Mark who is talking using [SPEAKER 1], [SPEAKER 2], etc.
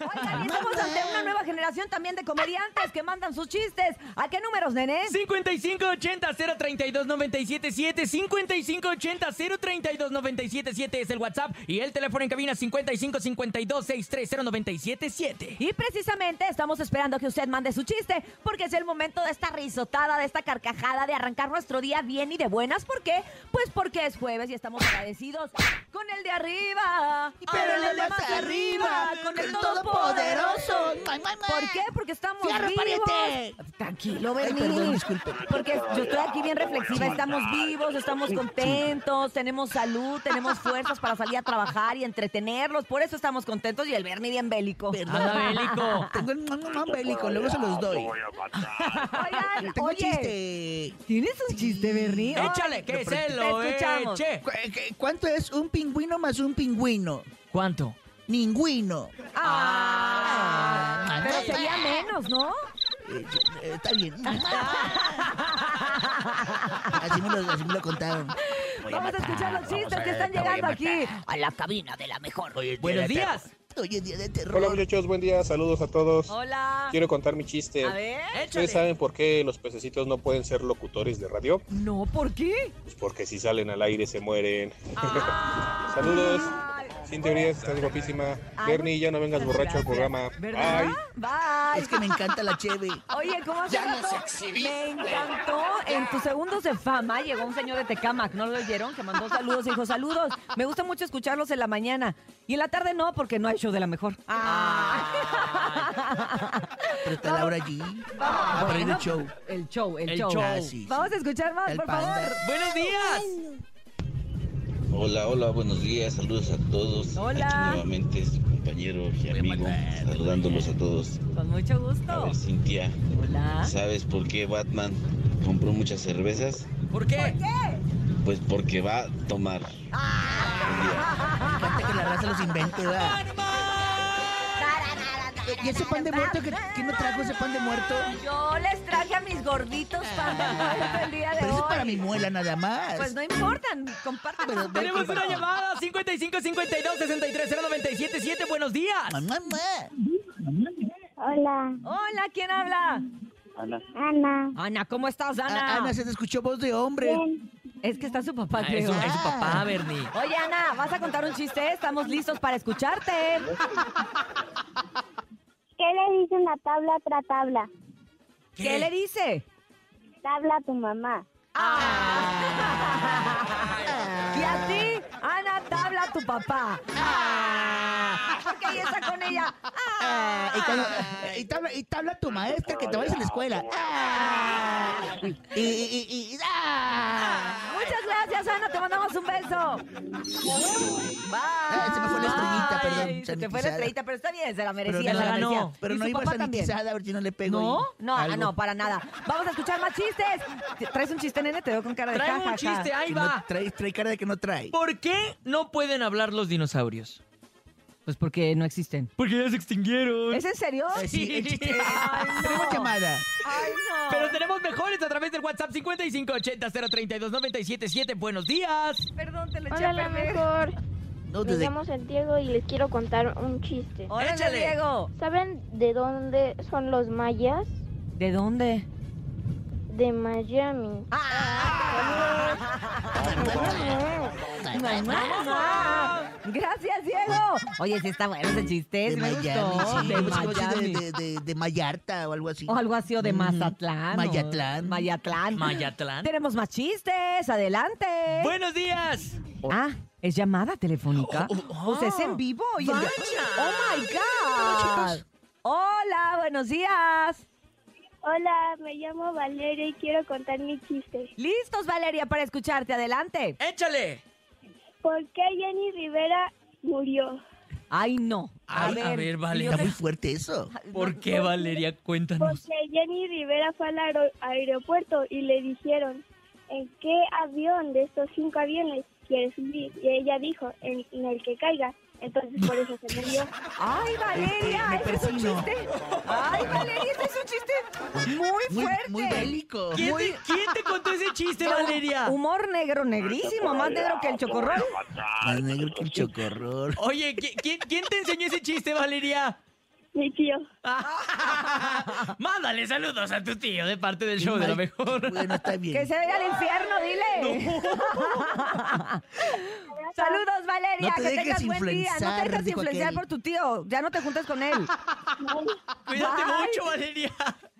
[SPEAKER 1] Oigan, y estamos ante una nueva generación también de comediantes que mandan sus chistes. ¿A qué números, nene?
[SPEAKER 2] 5580-032-977, 5580-032-977 es el WhatsApp y el teléfono en cabina 5552-630977.
[SPEAKER 1] Y precisamente estamos esperando que usted mande su chiste, porque es el momento de esta risotada, de esta carcajada, de arrancar nuestro día bien y de buenas. ¿Por qué? Pues porque es jueves y estamos agradecidos con el de arriba.
[SPEAKER 3] Pero
[SPEAKER 1] con
[SPEAKER 3] el de más arriba,
[SPEAKER 1] con el
[SPEAKER 3] el todopoderoso.
[SPEAKER 1] todopoderoso.
[SPEAKER 3] Ay, mamá.
[SPEAKER 1] ¿Por qué? Porque estamos
[SPEAKER 3] Fierro,
[SPEAKER 1] vivos.
[SPEAKER 3] pariente.
[SPEAKER 1] Tranquilo,
[SPEAKER 3] Ay,
[SPEAKER 1] Benny.
[SPEAKER 3] perdón, disculpe.
[SPEAKER 1] Porque yo estoy aquí bien reflexiva. Estamos vivos, estamos contentos, tenemos salud, tenemos fuerzas para salir a trabajar y entretenerlos. Por eso estamos contentos y el Bernie bien bélico.
[SPEAKER 2] Anda, Bélico.
[SPEAKER 3] Tengo el
[SPEAKER 1] Ah.
[SPEAKER 3] mamá bélico, luego se los doy.
[SPEAKER 1] Oigan,
[SPEAKER 3] Tengo un
[SPEAKER 1] oye,
[SPEAKER 3] chiste.
[SPEAKER 1] ¿Tienes un chiste, Bernie? Ay,
[SPEAKER 2] Échale, que
[SPEAKER 1] te
[SPEAKER 2] se lo
[SPEAKER 1] escuchamos.
[SPEAKER 2] eche.
[SPEAKER 3] ¿Cu- eh, qué- ¿Cuánto es un pingüino más un pingüino?
[SPEAKER 2] ¿Cuánto?
[SPEAKER 3] Ninguino.
[SPEAKER 1] Ah,
[SPEAKER 3] Ah,
[SPEAKER 1] pero
[SPEAKER 3] mamá.
[SPEAKER 1] sería menos, ¿no?
[SPEAKER 3] Eh, yo- eh, está bien. Así me lo, así me lo contaron.
[SPEAKER 1] Vamos a escuchar los chistes que están llegando aquí a la cabina de la mejor.
[SPEAKER 2] Buenos días.
[SPEAKER 3] Hoy es día de terror.
[SPEAKER 4] Hola muchachos, buen día, saludos a todos.
[SPEAKER 1] Hola.
[SPEAKER 4] Quiero contar mi chiste.
[SPEAKER 1] A ver.
[SPEAKER 4] ¿Ustedes saben por qué los pececitos no pueden ser locutores de radio?
[SPEAKER 1] No, ¿por qué?
[SPEAKER 4] Pues porque si salen al aire se mueren.
[SPEAKER 1] Ah.
[SPEAKER 4] Saludos.
[SPEAKER 1] Ay.
[SPEAKER 4] Sin teorías, estás guapísima.
[SPEAKER 1] Ay,
[SPEAKER 4] Bernie, ya no vengas borracho al
[SPEAKER 1] gracias.
[SPEAKER 4] programa.
[SPEAKER 1] ¿Verdad?
[SPEAKER 4] Bye.
[SPEAKER 1] Bye.
[SPEAKER 3] Es que me encanta la cheve.
[SPEAKER 1] Oye, ¿cómo hace
[SPEAKER 3] Ya nos
[SPEAKER 1] rato?
[SPEAKER 3] exhibiste.
[SPEAKER 1] Me encantó. En tus segundos de fama llegó un señor de Tecamac, ¿no lo oyeron? Que mandó saludos y dijo, saludos. Me gusta mucho escucharlos en la mañana. Y en la tarde no, porque no hay show de la mejor.
[SPEAKER 3] Pero está Laura allí.
[SPEAKER 1] Ah,
[SPEAKER 3] A ver
[SPEAKER 1] bueno,
[SPEAKER 3] el show.
[SPEAKER 1] El show, el,
[SPEAKER 2] El
[SPEAKER 1] show.
[SPEAKER 2] show.
[SPEAKER 3] Ah, sí, sí.
[SPEAKER 1] Vamos a escuchar más,
[SPEAKER 3] El
[SPEAKER 1] por
[SPEAKER 3] panda.
[SPEAKER 1] favor.
[SPEAKER 2] Buenos días.
[SPEAKER 5] Hola, hola, buenos días, saludos a todos.
[SPEAKER 1] Hola.
[SPEAKER 5] Aquí nuevamente su compañero y amigo, saludándolos a todos.
[SPEAKER 1] Con mucho
[SPEAKER 5] A
[SPEAKER 1] gusto.
[SPEAKER 5] ver, Cintia,
[SPEAKER 1] Hola.
[SPEAKER 5] ¿sabes por qué Batman compró muchas cervezas?
[SPEAKER 2] ¿Por qué?
[SPEAKER 5] Pues porque va a tomar.
[SPEAKER 3] Me encanta que la raza los invente, va. ¿Y ese pan de muerto? que- ¿Quién no trajo ese pan de muerto?
[SPEAKER 1] Yo les traje a mis gorditos panda muertos el día de
[SPEAKER 3] Pero
[SPEAKER 1] hoy.
[SPEAKER 3] eso es para mi muela nada más.
[SPEAKER 1] Pues no importan, compartan.
[SPEAKER 3] Pero ve-
[SPEAKER 2] Tenemos una llamada 5552-630977. Buenos días.
[SPEAKER 3] Mamá, mamá.
[SPEAKER 6] Hola,
[SPEAKER 1] Hola, ¿quién habla?
[SPEAKER 6] Ana.
[SPEAKER 1] Ana, ¿cómo estás,
[SPEAKER 3] A-
[SPEAKER 1] Ana?
[SPEAKER 3] Ah, Ana, se te escuchó voz de hombre.
[SPEAKER 1] Es que está su papá,
[SPEAKER 2] Ah, es,
[SPEAKER 1] creo.
[SPEAKER 2] su- es su papá, Bernie.
[SPEAKER 1] Oye, Ana, ¿vas a contar un chiste? Estamos listos para escucharte.
[SPEAKER 6] ¿Qué le dice una tabla a otra tabla?
[SPEAKER 1] ¿Qué, le dice?
[SPEAKER 6] Tabla a tu mamá.
[SPEAKER 3] Ah.
[SPEAKER 1] Y así, Ana, tabla a tu papá. Porque ahí está con ella.
[SPEAKER 3] Ah, y, cuando- y te habla, y te habla tu maestra que te vayas a la escuela. Ah, y, y- y- y- ah.
[SPEAKER 1] Muchas gracias, Ana. Te mandamos un beso. Bye.
[SPEAKER 3] Ah, se me fue la estrellita, perdón,
[SPEAKER 1] Ay, Se te fue la
[SPEAKER 3] sanitizada.
[SPEAKER 1] estrellita, pero está bien, se la merecía.
[SPEAKER 3] Pero
[SPEAKER 1] se la
[SPEAKER 2] nada, no.
[SPEAKER 1] merecía.
[SPEAKER 3] Pero
[SPEAKER 1] ¿Y
[SPEAKER 3] no
[SPEAKER 1] su
[SPEAKER 3] iba
[SPEAKER 1] papá también?
[SPEAKER 3] sanitizada, a ver si no le pego.
[SPEAKER 1] ¿No?
[SPEAKER 3] ahí
[SPEAKER 1] No, ah,
[SPEAKER 3] algo.
[SPEAKER 1] no, para nada. Vamos a escuchar más chistes. Te- ¿Traes un chiste, nene? Te veo con cara de
[SPEAKER 2] Trae
[SPEAKER 1] jajaja.
[SPEAKER 2] un chiste, ahí
[SPEAKER 3] Que no
[SPEAKER 2] va.
[SPEAKER 3] trae, trae cara de que no trae.
[SPEAKER 2] ¿Por qué no pueden hablar los dinosaurios?
[SPEAKER 1] Pues porque no existen.
[SPEAKER 2] Porque ya se extinguieron.
[SPEAKER 1] ¿Es en serio?
[SPEAKER 3] Eh, sí, el chiste-
[SPEAKER 1] Ay, no.
[SPEAKER 3] Tenemos llamada.
[SPEAKER 1] Ay, no.
[SPEAKER 2] Pero tenemos mejores a través del WhatsApp 5580-032-977. Buenos días.
[SPEAKER 1] Perdón, te lo eché
[SPEAKER 6] Hola,
[SPEAKER 1] a
[SPEAKER 6] la
[SPEAKER 1] perder.
[SPEAKER 6] mejor.
[SPEAKER 3] No,
[SPEAKER 6] Me
[SPEAKER 3] desde-
[SPEAKER 6] llamo Santiago y les quiero contar un chiste.
[SPEAKER 1] Órale,
[SPEAKER 2] Échale.
[SPEAKER 1] Diego.
[SPEAKER 6] ¿Saben de dónde son los mayas?
[SPEAKER 1] ¿De dónde?
[SPEAKER 6] De Miami.
[SPEAKER 1] Ah. Gracias, Diego. Oye, sí está bueno ese chiste.
[SPEAKER 3] de
[SPEAKER 1] sí me
[SPEAKER 3] Miami,
[SPEAKER 1] gustó.
[SPEAKER 3] sí,
[SPEAKER 1] de
[SPEAKER 3] pues, como así
[SPEAKER 1] Miami.
[SPEAKER 3] de, de, de- de Vallarta o algo así.
[SPEAKER 1] O algo así, o de
[SPEAKER 3] Ujú.
[SPEAKER 1] Mazatlán. o-
[SPEAKER 3] Mayatlán.
[SPEAKER 1] Mayatlán.
[SPEAKER 2] Mayatlán.
[SPEAKER 1] Tenemos más chistes. Adelante.
[SPEAKER 3] ¿Eh?
[SPEAKER 2] Buenos días.
[SPEAKER 1] Ah, ¿es llamada telefónica?
[SPEAKER 2] Oh, oh, oh.
[SPEAKER 1] Pues es en vivo. y en-
[SPEAKER 2] Vaya.
[SPEAKER 1] ¡Oh, my God! Hola, buenos días.
[SPEAKER 6] Hola, me llamo Valeria y quiero contar mi chiste.
[SPEAKER 1] ¿Listos, Valeria, para escucharte? Adelante.
[SPEAKER 2] Échale.
[SPEAKER 6] ¿Por qué Jenny Rivera murió?
[SPEAKER 1] Ay, no.
[SPEAKER 2] Ay, a ver, Vale.
[SPEAKER 3] Está muy fuerte eso.
[SPEAKER 2] ¿Por qué, Valeria? Cuéntanos.
[SPEAKER 6] Porque Jenny Rivera fue al aero- aeropuerto y le dijeron, ¿en qué avión de estos cinco aviones quieres subir? Y ella dijo, en, en el que caiga. Entonces por eso se murió.
[SPEAKER 1] Ay, Valeria,
[SPEAKER 3] Este,
[SPEAKER 1] ese
[SPEAKER 3] me
[SPEAKER 1] es un
[SPEAKER 3] persino.
[SPEAKER 1] chiste. Ay, Valeria, ese es un chiste muy
[SPEAKER 3] Muy,
[SPEAKER 1] fuerte.
[SPEAKER 3] Pues, muy bélico.
[SPEAKER 2] ¿Quién te, quién te contó ese chiste, Valeria?
[SPEAKER 1] Humor negro, negrísimo, más negro que el chocorrol.
[SPEAKER 3] Más negro que el chocorrol.
[SPEAKER 2] Oye, ¿qui- ¿quién, quién te enseñó ese chiste, Valeria?
[SPEAKER 6] mi tío.
[SPEAKER 2] Mándale saludos a tu tío de parte del show de la
[SPEAKER 3] Mal-
[SPEAKER 2] mejor.
[SPEAKER 3] Bueno, está bien.
[SPEAKER 1] Que se vaya al infierno, dile. Saludos, Valeria.
[SPEAKER 3] No te
[SPEAKER 1] que
[SPEAKER 3] dejes
[SPEAKER 1] tengas buen día. No te
[SPEAKER 3] influenciar,
[SPEAKER 1] dejes
[SPEAKER 3] dijo
[SPEAKER 1] influenciar
[SPEAKER 3] aquel.
[SPEAKER 1] por tu tío. Ya no te juntes con él.
[SPEAKER 2] Cuídate
[SPEAKER 1] Bye.
[SPEAKER 2] mucho, Valeria.